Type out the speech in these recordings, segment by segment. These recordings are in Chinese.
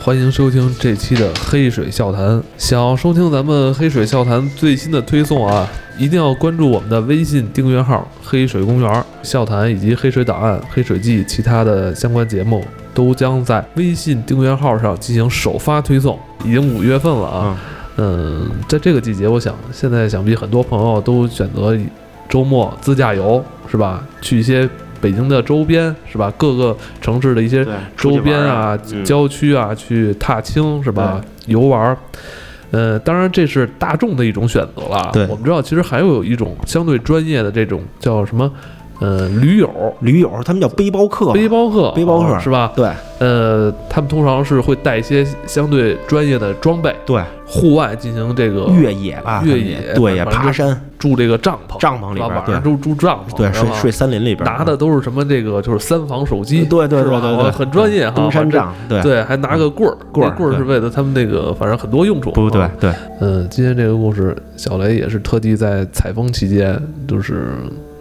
欢迎收听这期的《黑水笑谈》。想要收听咱们《黑水笑谈》最新的推送啊，一定要关注我们的微信订阅号“黑水公园”、“笑谈”以及《黑水档案》、《黑水记》其他的相关节目都将在微信订阅号上进行首发推送。已经五月份了啊，嗯，在这个季节，我想现在想必很多朋友都选择以周末自驾游是吧？去一些北京的周边是吧？各个城市的一些对，出去周边玩啊、嗯郊区啊去踏青是吧？游玩儿。呃，当然这是大众的一种选择了。啊对我们知道，其实还有一种相对专业的这种叫什么，呃，驴友、驴友，他们叫背包客嘛，背包客、背包客是吧？对呃，他们通常是会带一些相对专业的装备，对，户外进行这个越野吧，呃越野对，反正爬山，住这个帐篷，帐篷篷里边晚儿，上住住帐篷，对对，是睡吧睡森林里边儿，拿的都是什么这个就是三防手机，对对对是吧哦对对，对很专业哈登山杖，对嗯对，还拿个棍儿，棍儿那棍儿对是为了他们那个，反正很多用处。不对啊对，嗯，今天这个故事，小雷也是特地在采风期间就是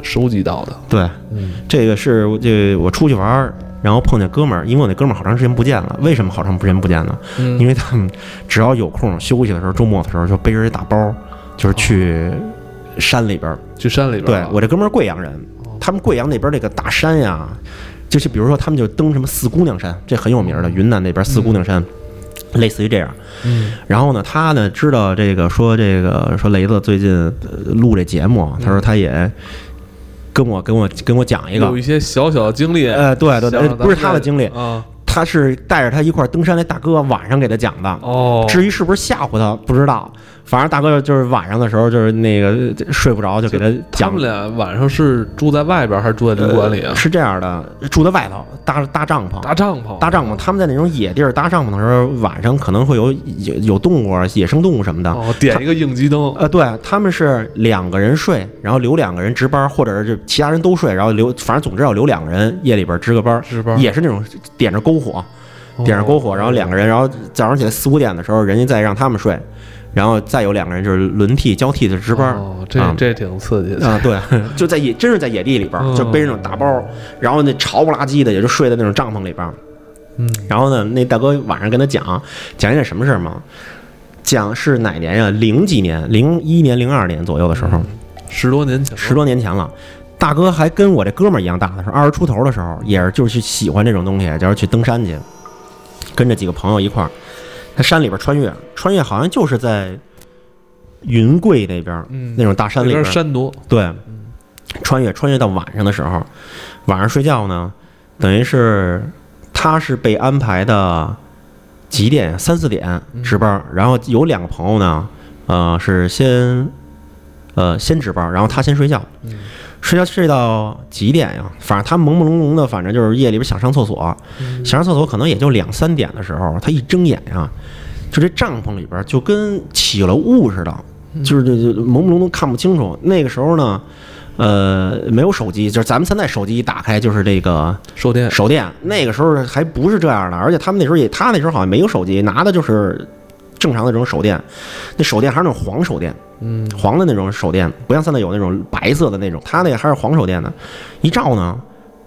收集到的。对，嗯，这个是我这我出去玩儿，然后碰见哥们儿，因为我那哥们儿好长时间不见了。为什么好长时间不见呢？因嗯为他们只要有空休息的时候，周末的时候就背着一大包，就是去山里边儿。去山里边对儿啊，我这哥们儿贵阳人，哦他们贵阳那边那个大山呀，就是比如说他们就登什么四姑娘山，这很有名的，云南那边四姑娘山，类似于这样。嗯然后呢，他呢知道这个说这个说雷子最近呃录这节目，他说他也跟我跟我跟我讲一个有，嗯一些小小的经历，呃，对对对，想呃让咱不是他的们经历，啊，他是带着他一块儿登山那大哥晚上给他讲的。哦，至于是不是吓唬他，不知道。反正大哥就是晚上的时候，就是那个呃睡不着，就给他他讲们俩晚上是住在外边儿还是住在旅馆里啊？呃是这样的，住在外头搭搭帐篷，搭帐篷，呃搭帐篷。他们在那种野地儿搭帐篷的时候，晚上可能会有有有动物啊，野生动物什么的。哦，点一个应急灯，呃，对，他们是两个人睡，然后留两个人值班，或者是就其他人都睡，然后留，反正总之要留两个人夜里边值个班儿，值班也是那种点着篝火，哦点着篝火，然后两个人，然后早上起来四五点的时候，人家再让他们睡，然后再有两个人就是轮替交替的值班儿。哦，这啊这挺刺激的。啊，对，就在野，真是在野地里边哦儿，就背着那种大包儿，然后那潮不拉几的，也就睡在那种帐篷里边儿。嗯，然后呢，那大哥晚上跟他讲，讲一件什么事儿吗？讲是哪年呀、零几年，零一年、零二年左右的时嗯候，十多年前了，十多年前了。大哥还跟我这哥们儿一样大的时候，二十出头的时候，也是就是喜欢这种东西，就是去登山去，跟着几个朋友一块儿，在山里边穿越，穿越好像就是在云贵那边儿嗯，那种大山里边边儿，山多，对，穿越穿越到晚上的时候，晚上睡觉呢，等于是他是被安排的几点？三四点嗯值班儿，然后有两个朋友呢，呃，是先呃先值班儿，然后他先睡觉，嗯睡觉睡到几点呀？反正他朦朦胧胧的，反正就是夜里边想上厕所，嗯想上厕所可能也就两三点的时候，他一睁眼呀，就这帐篷里边就跟起了雾似的，就是这这朦朦胧胧看不清楚。那个时候呢，呃，没有手机，就是咱们现在手机一打开就是这个手电，手电，那个时候还不是这样的，而且他们那时候也，他那时候好像没有手机，拿的就是正常的这种手电，那手电还是那种黄手电，嗯，黄的那种手电，不像现在有那种白色的那种，他那个还是黄手电的，一照呢，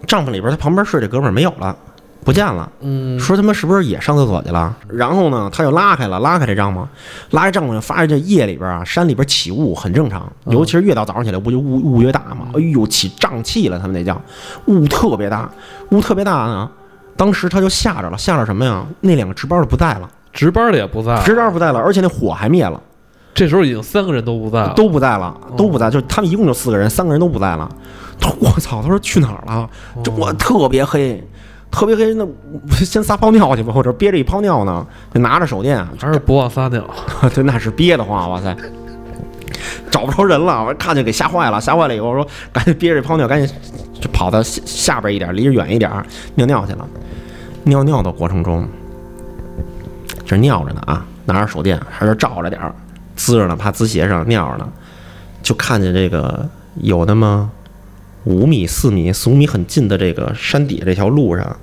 帐篷里边他旁边睡这哥们儿没有了，不见了。嗯，说他妈是不是也上厕所去了？然后呢，他又拉开了，拉开这帐篷，拉开帐篷，发现这夜里边啊，山里边起雾很正常，嗯尤其是越到早上起来，不就雾雾越大嘛？哎呦，起瘴气了，他们那叫雾特别大，雾特别大呢。当时他就吓着了，吓着什么呀？那两个值班的不在了，值班的也不在，值班不在了，而且那火还灭了，这时候已经三个人都不在了，都不在了，哦都不在，就他们一共就四个人，三个人都不在了。他说我操！他说去哪儿了？这我特别黑，特别黑，那我先撒泡尿去吧，或者憋着一泡尿呢，就拿着手电，还是不忘撒尿， 对，那是憋得慌，哇塞，找不着人了，我看见给吓坏了，吓坏了以后说赶紧憋着这泡尿，赶紧就跑到下下边一点，离着远一点尿尿去了。尿尿的过程中，这尿着呢啊，拿着手电还是照着点儿，滋着呢，怕滋鞋上，尿着呢，就看见这个有那么五米、四米、四五米很近的这个山底下这条路上，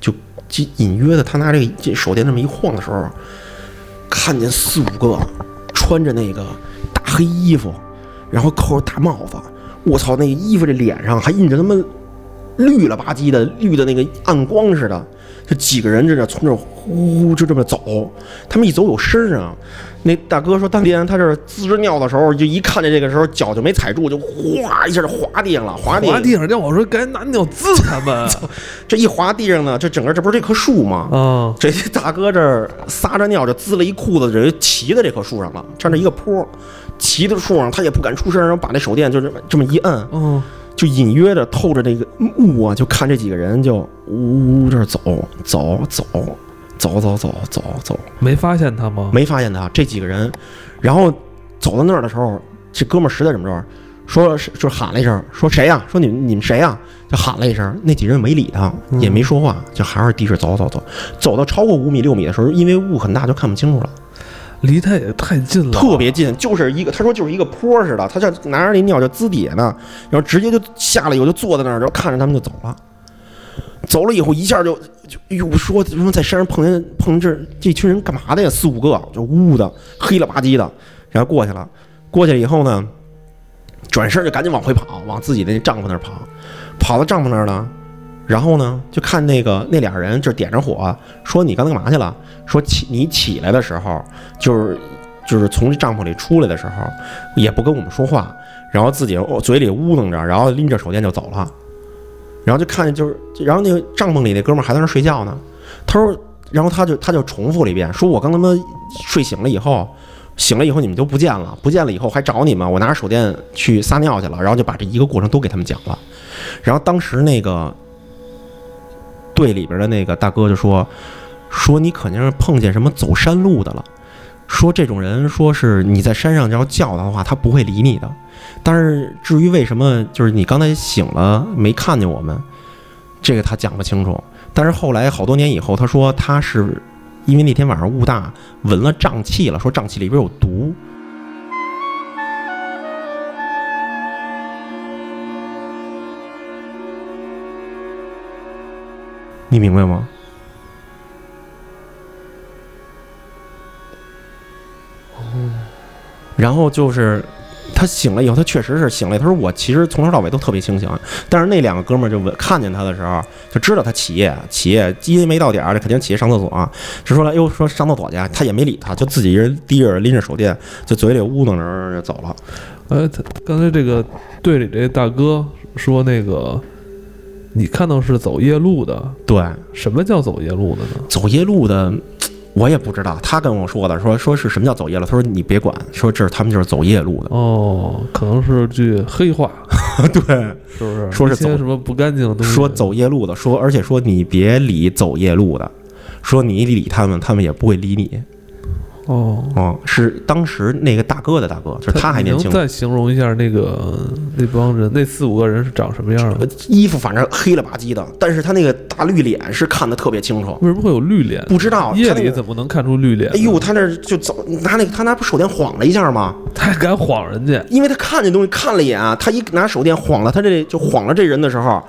就就隐约的，他拿这个这手电这么一晃的时候，看见四五个穿着那个大黑衣服，然后扣着大帽子，我操，那个衣服这脸上还印着他妈绿了吧唧的，绿的那个暗光似的，就几个人就这从这儿呼呼就这么走，他们一走有声儿啊。那大哥说，当年他这儿滋尿的时候，就一看见这个时候脚就没踩住，就哗一下就滑地上了，滑地滑地上让我说赶紧拿尿滋他 们这一滑地上呢，这整个这不是这棵树吗？啊！ 这大哥这儿撒着尿就滋了一裤子人，骑在这棵树上了，站着一个坡，骑在树上，他也不敢出声，然后把那手电就这么这么一摁，嗯，就隐约的透着那个雾啊，就看这几个人就呜呜这儿走走走走走走走走，没发现他吗？没发现他这几个人，然后走到那儿的时候，这哥们儿实在忍不住，说是就喊了一声，说谁呀、说你们你们谁呀、就喊了一声，那几人没理他，也没说话，就还是低着走走走，走到超过五米六米的时候，因为雾很大，就看不清楚了，离他也太近了，特别近，就是一个他说就是一个坡似的，他就拿着那尿就滋底下呢，然后直接就下来以后就坐在那儿，然后看着他们就走了。走了以后，一下就就哎呦，说说在山上碰见碰见这这群人干嘛的呀？四五个，就呜的黑了吧唧的，然后过去了。过去了以后呢，转身就赶紧往回跑，往自己的那帐篷那儿跑。跑到帐篷那儿呢，然后呢，就看那个那俩人就点着火，说你刚才干嘛去了？说起你起来的时候，就是就是从这帐篷里出来的时候，也不跟我们说话，然后自己哦嘴里呜囔着，然后拎着手电就走了。然后就看见就是，然后那个帐篷里那哥们儿还在那儿睡觉呢。他说，然后他就他就重复了一遍，说我刚他妈睡醒了以后，醒了以后你们都不见了，不见了以后还找你们，我拿着手电去撒尿去了，然后就把这一个过程都给他们讲了。然后当时那个队里边的那个大哥就说，说你肯定是碰见什么走山路的了。说这种人，说是你在山上要叫他的话，他不会理你的。但是至于为什么，就是你刚才醒了没看见我们，这个他讲不清楚。但是后来好多年以后，他说他是因为那天晚上雾大，闻了瘴气了，说瘴气里边有毒。你明白吗？然后就是他醒了以后，他确实是醒了。他说我其实从头到尾都特别清醒，但是那两个哥们儿就闻看见他的时候，就知道他起夜起夜，因为没到点儿，这肯定起夜上厕所、啊，就说了，哟，说上厕所去，他也没理他，就自己一人提着拎着手电，就嘴里呜囔着就走了。哎，他刚才这个队里这大哥说那个，你看到是走夜路的，对，什么叫走夜路的呢？走夜路的。我也不知道，他跟我说的，说说是什么叫走夜路，他说你别管，说这是他们就是走夜路的，哦，可能是句黑话， 对，是不是？ 说是一些走什么不干净的东西， 说走夜路的，说而且说你别理走夜路的，说你理他们，他们也不会理你。哦。哦，是当时那个大哥的大哥，就是他还年轻你，能再形容一下那个那帮人，那四五个人是长什么样的？衣服反正黑了吧唧的，但是他那个大绿脸是看得特别清楚，为什么会有绿脸？不知道夜他那里个怎么能看出绿脸呢？哎呦，他那就走拿那个他拿手电晃了一下嘛，他还敢晃人家！因为他看见东西看了一眼啊，他一拿手电晃了他这就晃了这人的时候，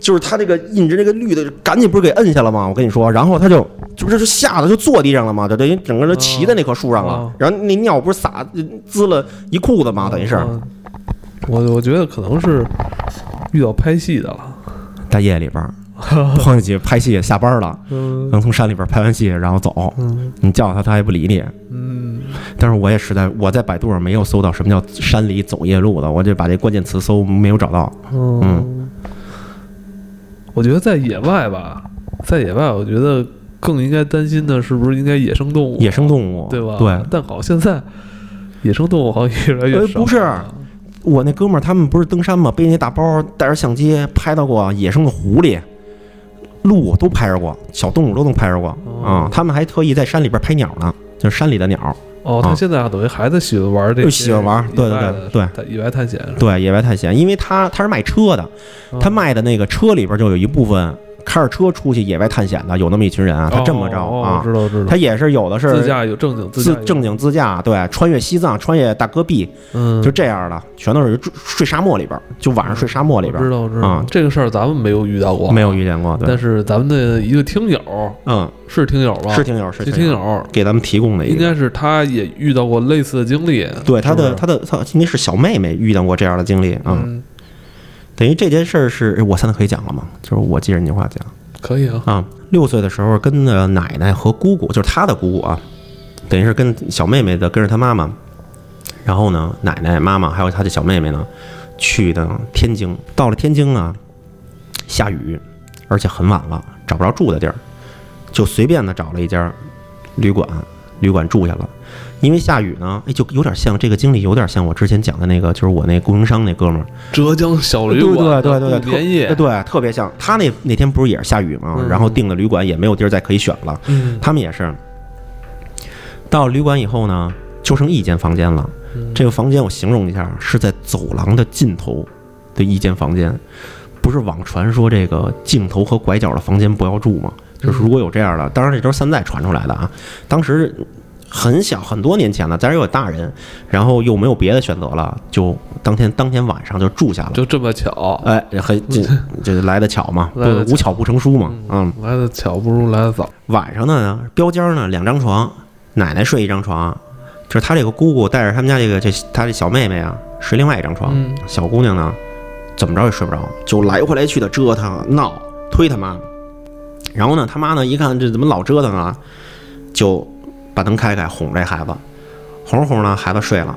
就是他这个印着这个绿的，赶紧不是给摁下了吗？我跟你说，然后他就这不是就吓得就坐地上了吗？就等于整个人骑在那棵树上了哦，然后那尿不是洒呃滋了一裤子吗？等于是嗯，我我觉得可能是遇到拍戏的了。大夜里边 儿碰见几个拍戏下班了，嗯能从山里边拍完戏然后走，嗯你叫他他也不理你。嗯，但是我也实在我在百度上没有搜到什么叫山里走夜路的，我就把这关键词搜没有找到。嗯嗯，我觉得在野外吧，在野外，我觉得更应该担心的是不是应该野生动物，野生动物，对吧？对，但好，现在野生动物好像越来越呃少了。不是我那哥们儿他们不是登山嘛，背那大包，带着相机拍到过野生的狐狸、鹿都拍着过，小动物都能拍着过啊、哦他们还特意在山里边拍鸟呢，就是山里的鸟。哦，啊他现在等于还在喜欢玩这就些喜欢玩对对对对对，野外探险。对，野外探险，因为他他是卖车的，哦他卖的那个车里边就有一部分开着车出去野外探险的，有那么一群人啊，他这么着哦哦哦我啊，知道知道他，也是有的是自驾有正经自驾有正经自驾，对，穿越西藏，穿越大戈壁，嗯，就这样的，全都是睡睡沙漠里边儿，就晚上睡沙漠里边我儿知，道知啊道这个事儿咱们没有遇到过，没有遇见过，对但，是咱们的一个听友嗯，是听友吧？是听友，是是听友友，给咱们提供的一应个，该是他也遇到过类似的经历。对他是不嗯的是他的他应该是小妹妹遇见过这样的经历啊，嗯，等于这件事儿是哎我现在可以讲了吗？就是我记着你话讲可以啊，啊，六岁的时候跟着奶奶和姑姑，就是她的姑姑啊，等于是跟小妹妹的跟着她妈妈，然后呢，奶奶、妈妈还有她的小妹妹呢，去的天津。到了天津呢，下雨，而且很晚了，找不着住的地儿，就随便的找了一家旅馆，旅馆住下了。因为下雨呢，哎，就有点像这个经历，有点像我之前讲的那个，就是我那供应商那哥们儿。浙江小旅馆对对对对对，不特连夜，对，特别像他那那天不是也是下雨嘛，嗯然后订的旅馆也没有地儿再可以选了，嗯，他们也是到旅馆以后呢，就剩一间房间了。嗯这个房间我形容一下，是在走廊的尽头的一间房间，不是网传说这个镜头和拐角的房间不要住吗？嗯就是如果有这样的，当然这都是现在传出来的啊。当时很小，很多年前了，咱又有大人，然后又没有别的选择了，就当天当天晚上就住下了。就这么巧，哎，很 这这来的巧嘛，不来得巧无巧不成书嘛，嗯。来的巧不如来的早，晚上呢，标间儿呢两张床，奶奶睡一张床，就是她这个姑姑带着他们家这个这她这小妹妹啊睡另外一张床，嗯小姑娘呢怎么着也睡不着，就来回来去的折腾闹推她妈，然后呢他妈呢一看这怎么老折腾啊，就把灯开开哄这孩子，哄着哄着呢孩子睡了，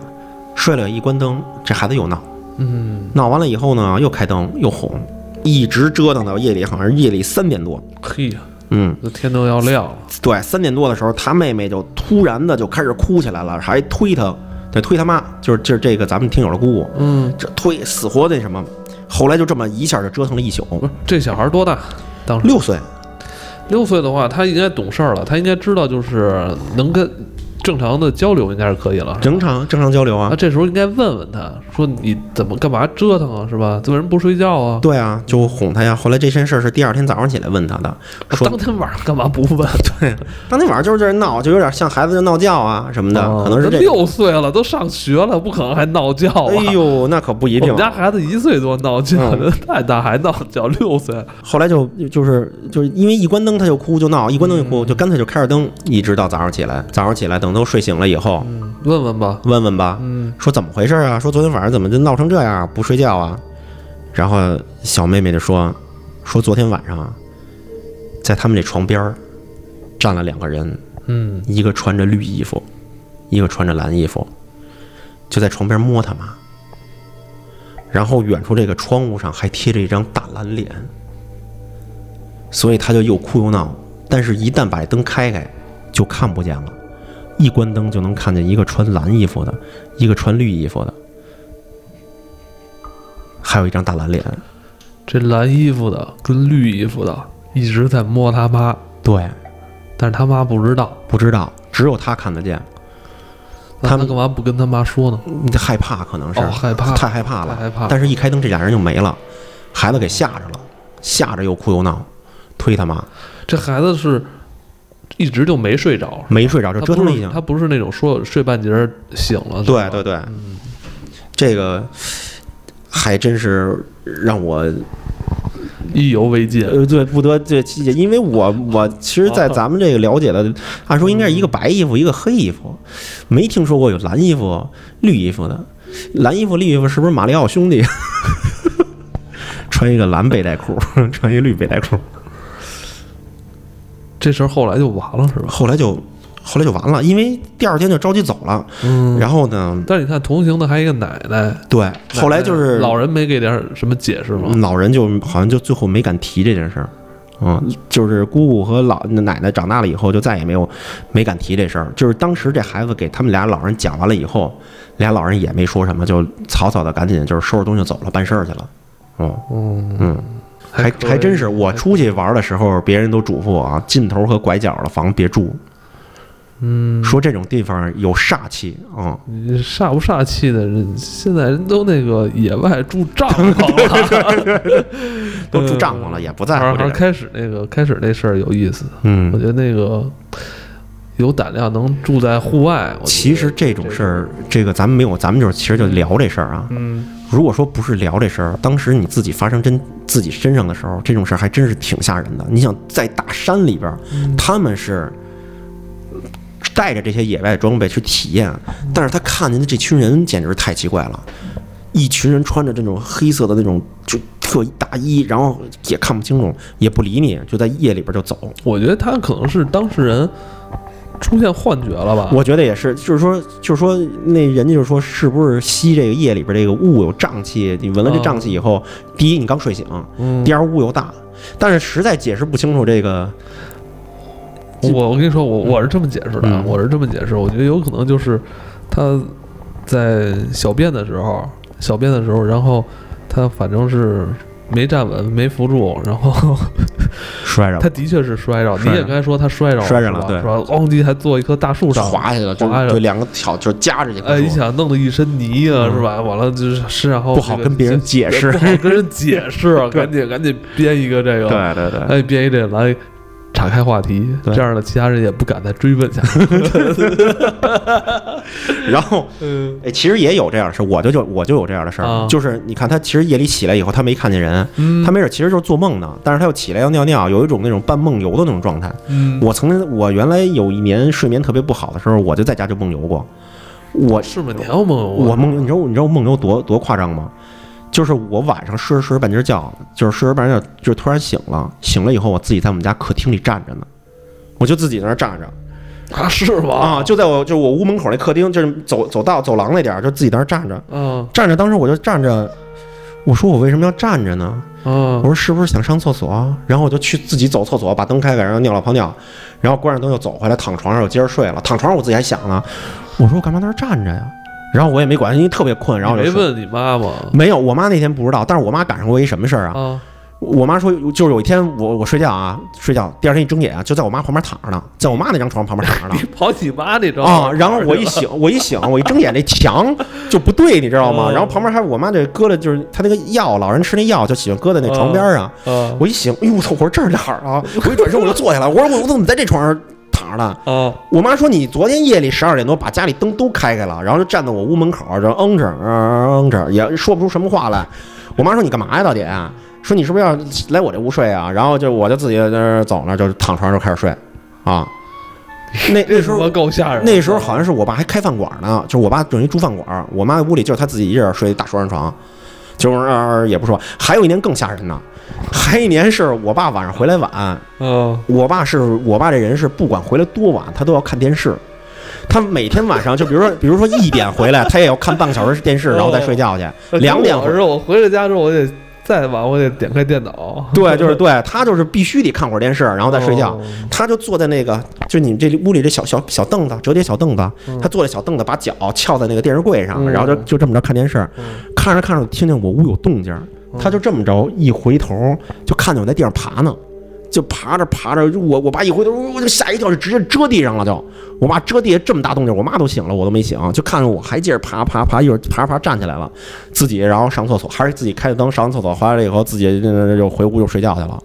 睡了一关灯，这孩子又闹，嗯，闹完了以后呢又开灯又哄，一直折腾到夜里，好像是夜里三点多，嘿呀，嗯。这天都要亮了，对，三点多的时候，他妹妹就突然的就开始哭起来了，还推他，对，推他妈，就是就是这个咱们听友的姑姑，嗯，这推死活那什么，后来就这么一下就折腾了一宿，不是这小孩多大？当时六岁，六岁的话，他应该懂事儿了，他应该知道就是能跟正常的交流应该是可以了。正常正常交流那啊，这时候应该问问他说你怎么干嘛折腾啊，是吧？怎么人不睡觉啊？对啊，就哄他呀。后来这件事儿是第二天早上起来问他的，说哦当天晚上干嘛不 问？当天晚上就是这闹，就有点像孩子就闹觉啊什么的，哦可能是这个。六岁了，都上学了，不可能还闹觉啊！哎呦，那可不一我定们。家孩子一岁多闹觉，嗯太大还闹觉，六岁。后来就就是就是因为一关灯他就哭就闹，一关灯就嗯哭，就干脆就开着灯，一直到早上起来。早上起来等都睡醒了以后，问问吧，问问吧，嗯，说怎么回事啊？说昨天晚上怎么就闹成这样啊，不睡觉啊？然后小妹妹就说，说昨天晚上啊在他们这床边儿站了两个人，嗯，一个穿着绿衣服，一个穿着蓝衣服，就在床边摸他妈。然后远处这个窗户上还贴着一张大蓝脸，所以他就又哭又闹。但是，一旦把这灯开开，就看不见了。一关灯就能看见一个穿蓝衣服的，一个穿绿衣服的，还有一张大蓝脸。这蓝衣服的跟绿衣服的一直在摸他妈，对，但是他妈不知道，不知道，只有他看得见。那他他们干嘛不跟他妈说呢？你这害怕可能是、哦害怕太害怕太了。害怕。但是，一开灯，这俩人就没了，孩子给吓着了，吓着又哭又闹，推他妈，这孩子是一直就没睡着，没睡着，就他折腾不了一是宿。他不是那种说睡半截儿醒了，是吧对对，对，嗯这个还真是让我意犹未尽。呃对不得这气结，因为我我其实，在咱们这个了解的，按说应该是一个白衣服，一个黑衣服，没听说过有蓝衣服、绿衣服的。蓝衣服、绿衣服是不是马里奥兄弟？ 穿一个蓝背带裤， 穿一个绿背带裤，这事儿后来就完了，是吧？后来就后来就完了，因为第二天就着急走了。嗯。然后呢，但是你看，同行的还有一个奶奶，对，后来就是嗯老人没给点儿什么解释吗？老人就好像就最后没敢提这件事儿，嗯，就是姑姑和老奶奶长大了以后就再也没有没敢提这事儿。就是当时这孩子给他们俩老人讲完了以后，俩老人也没说什么，就草草的赶紧就是收拾东西就走了，办事儿去了。哦，嗯，嗯，还可以还真是，我出去玩的时候，别人都嘱咐我啊，尽头和拐角的房别住，嗯，说这种地方有煞气啊。你煞不煞气的人，现在人都那个野外住帐篷了，嗯都住帐篷了，也不在还是乎这还是个。开始那个开始那事儿有意思，嗯我，觉得那个有胆量能住在户外，我觉得其实这种事儿，这个咱们没有，咱们就是其实就聊这事儿啊。嗯，如果说不是聊这事儿，当时你自己发生真自己身上的时候，这种事儿还真是挺吓人的。你想在大山里边儿，嗯他们是嗯带着这些野外装备去体验，但是他看见的这群人简直太奇怪了。一群人穿着这种黑色的那种就特大衣，然后也看不清楚，也不理你，就在夜里边就走。我觉得他可能是当事人出现幻觉了吧？我觉得也是，就是说，就是说，那人家就说是不是吸这个夜里边这个雾有瘴气？你闻了这啊瘴气以后，第一你刚睡醒，嗯第，二雾又大，但是实在解释不清楚这个。我我跟你说，我我是这么解释的啊，嗯我是这么解释，我觉得有可能就是他在小便的时候，小便的时候，然后他反正是没站稳，没扶住，然 后摔着他的确是摔着，你摔着也刚才说他摔着摔着了了是吧，对是吧？咣叽还坐一棵大树上，滑下去了，就滑下去了就两个挑就夹着去，哎，你想弄得一身泥呀、嗯是吧？完了就是身上还有不好这个跟别人解释不。好跟人解释， 对赶紧赶紧编一个这个，对对对，哎，编一这个来岔开话题，对这样呢，其他人也不敢再追问下 去。然后。嗯哎，其实也有这样的事儿，我就就我就有这样的事儿，啊就是你看他其实夜里起来以后，他没看见人，嗯他没准其实就是做梦呢，但是他又起来要尿尿，有一种那种半梦游的那种状态。嗯，我曾经我原来有一年睡眠特别不好的时候，我就在家就梦游过，我是吗？你还要梦游我啊？梦，你知道你知道我梦游多多夸张吗？就是我晚上睡着睡着半截觉，就是睡着半截觉，就是突然醒了，醒了以后我自己在我们家客厅里站着呢，我就自己在那儿站着啊，是吗？啊，就在我就我屋门口那客厅，就是走走道走廊那点儿，就自己在那儿站着啊站着，当时我就站着。我说我为什么要站着呢？我啊说是不是想上厕所啊？然后我就去自己走厕所，把灯开开，然后尿了泡尿，然后关上灯又走回来，躺床上又接着睡了。躺床上我自己还想呢，我说我干嘛在那儿站着呀？然后我也没管，因为特别困，然后我你就没睡了问你妈吗？没有，我妈那天不知道，但是我妈赶上过一什么事儿啊？啊我妈说，就是有一天我我睡觉啊，睡觉，第二天一睁眼啊，就在我妈旁边躺着呢，在我妈那张床旁边躺 着呢你跑你妈那招啊。然后我一醒，我一醒，我一睁眼，那墙就不对，你知道吗哦？然后旁边还有我妈这搁的，就是她那个药，老人吃那药就喜欢搁在那床边儿啊。啊我一醒，哎呦我操！我说这是哪儿啊？我一转身我就坐下来，我说我我怎么在这床上躺着呢？啊我妈说你昨天夜里十二点多把家里灯都开开了，然后就站在我屋门口，然后嗯着嗯着，也说不出什么话来。我妈说你干嘛呀，到底？啊说你是不是要来我这屋睡啊？然后就我就自己在那儿走那儿，就躺床上就开始睡啊。那那时他妈候够吓人的。那时候好像是我爸还开饭馆呢，就是我爸等于住饭馆，我妈屋里就是她自己一人睡大双人床，就是、呃、也不说。还有一年更吓人呢，还一年是我爸晚上回来晚，啊我爸是我爸这人是不管回来多晚，他都要看电视。他每天晚上就比如说，比如说一点回来，他也要看半个小时电视，然后再睡觉去。哦两点我回是我回了家之后，我得再晚我得点开电脑。对，就是对他就是必须得看会儿电视，然后再睡觉。哦。他就坐在那个，就你们这屋里这小小小凳子，折叠小凳子嗯，他坐在小凳子，把脚翘在那个电视柜上，嗯然后就就这么着看电视，嗯看着看着听见我屋有动静儿，他就这么着一回头就看见我在地上爬呢，就爬着爬着，我我爸一回头我就吓一跳，就直接遮地上了就。我爸遮地下这么大动静，我妈都醒了，我都没醒，就看着我还接着爬爬爬，一会儿爬着爬着站起来了，自己然后上厕所，还是自己开着灯上完厕所，回来以后自己呃就回屋就睡觉去了。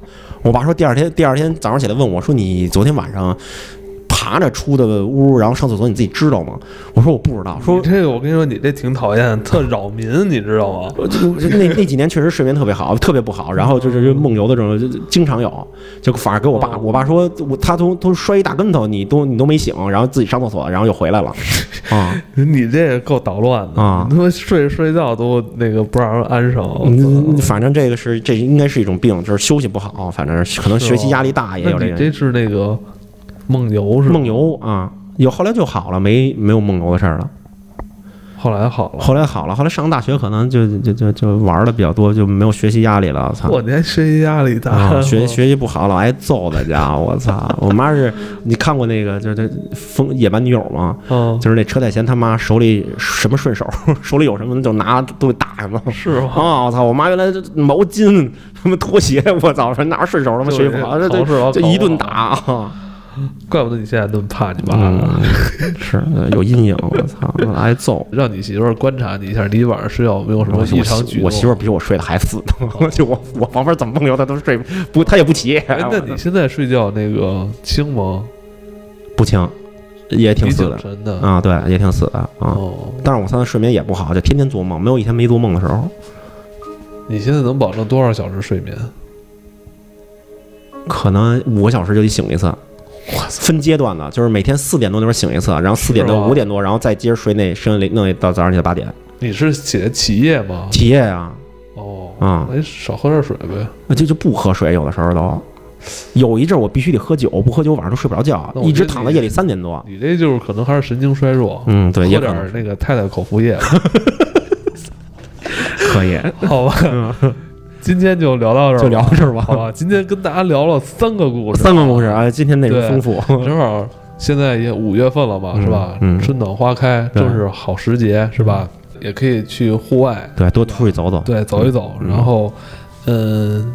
我爸说第二天第二天早上起来问我说你昨天晚上爬着出的屋，然后上厕所你自己知道吗？我说我不知道，说你这个，我跟你说，你这挺讨厌，特扰民，你知道 吗？我就我就 那那几年确实睡眠特别好，特别不好，然后就是就梦游的这种就就经常有，就反而给我爸，哦我爸说我他都都摔一大跟头，你都你都没醒，然后自己上厕所，然后又回来 了，啊，你这个够捣乱的啊你他妈睡睡觉都那个不让人安生。我嗯操反正这个是这应该是一种病，就是休息不好，反正是可能是学习哦压力大也那有这你个这是那个梦游是吗梦？游啊。有后来就好了，没没有梦游的事儿了。后来好了，后来好了，后来上大学可能就就就就玩的比较多，就没有学习压力了。操！我年学习压力大啊，， 学 学习不好老挨揍在家，我操！我妈是，你看过那个就是那疯野蛮女友吗？嗯，就是那车太贤他妈手里什么顺手， 手里有什么就拿东西打什么。是吗？啊！我操！我妈原来这毛巾、什么拖鞋，我操！说拿顺手他妈学习不好，这考试老这这搞一顿我打，啊！怪不得你现在那么怕你妈嗯呢，，是呃有阴影，我操，挨揍。让你媳妇儿观察你一下，你晚上睡觉有没有什么我媳异常举动？我媳妇儿比我睡得还死呢，就我我旁边怎么梦游她都睡不，她也不起。哎，那你现在睡觉那个轻吗？不轻，也挺你死挺的。沉的。啊，对，也挺死的啊。嗯哦，但是我现在睡眠也不好，就天天做梦，没有一天没做梦的时候。你现在能保证多少小时睡眠？可能五个小时就得醒一次，分阶段的，就是每天四点多那边醒一次，然后四点是多吗哦五点多，然后再接着睡那深夜里弄一到早上起来八点。你是写企业吗？企业啊，哦，啊那你少喝点水呗。那就就不喝水，有的时候都。有一阵儿我必须得喝酒，不喝酒晚上都睡不着觉那，我一直觉得躺到你夜里三点多。你这就是可能还是神经衰弱，嗯，对，也喝可点能儿那个太太口服 液吧，可以， 好吧？今天就聊到这儿，就聊到这儿好吧。吧？今天跟大家聊了三个故事， 三个故事啊，今天内容对 丰富。正好现在也五月份了嘛，嗯是吧？嗯春暖花开，对正是好时节，是吧？也可以去户外，对，多出去走走。对，走一走，嗯然后，嗯，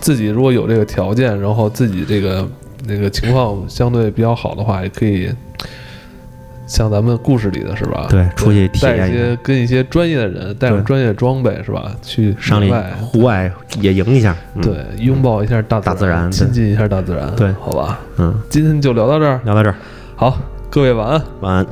自己如果有这个条件，然后自己这个那个情况相对比较好的话，也可以像咱们故事里的是吧？对出去体验带一一下些跟一些专业的人，带上对专业装备是吧？去上野里外，户外野营一下。嗯对，，拥抱一下大大自然对亲近一下大自然，对好吧，嗯，今天就聊到这儿，聊到这儿，好，各位晚安。晚安。